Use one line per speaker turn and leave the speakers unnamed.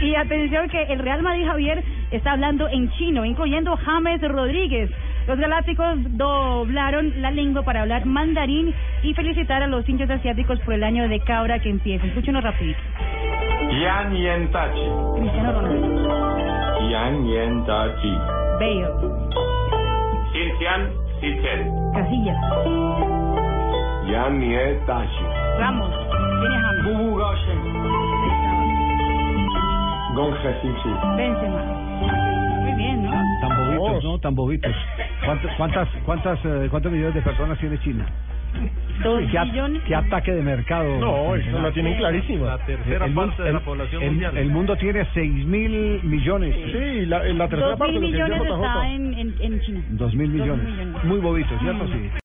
Y atención que el Real Madrid Javier está hablando en chino, incluyendo James Rodríguez. Los galácticos doblaron la lengua para hablar mandarín y felicitar a los hinchas asiáticos por el año de cabra que empieza. Escúchenos rapidito.
Yan Yen Tachi.
Cristiano Ronaldo.
Yan Yen Tachi.
Bale.
Xinjiang Sichen.
Casillas.
Yan Yen Tachi.
Ramos. Tiene James.
Bubu Gashen. Gong He Xin Xin.
Benzema. Muy bien, ¿no?
Tan bobitos, ¿no? Tan bobitos. ¿Cuánto- ¿Cuántas, cuántas, eh, ¿Cuántos millones de personas tiene China?
Dos
¿Qué, a-
millones.
qué ataque de mercado?
No, eso
Nacional.
la tienen clarísima.
La tercera
El mu-
parte de
el-
la población
el-
mundial.
El mundo tiene 6 mil millones.
Sí, la, en la tercera
Dos
parte
mil
de lo que decía
millones
JJ.
está en, en, en China.
Dos mil
Dos mil
millones.
millones. Mm.
Muy bobitos, ¿cierto? Sí.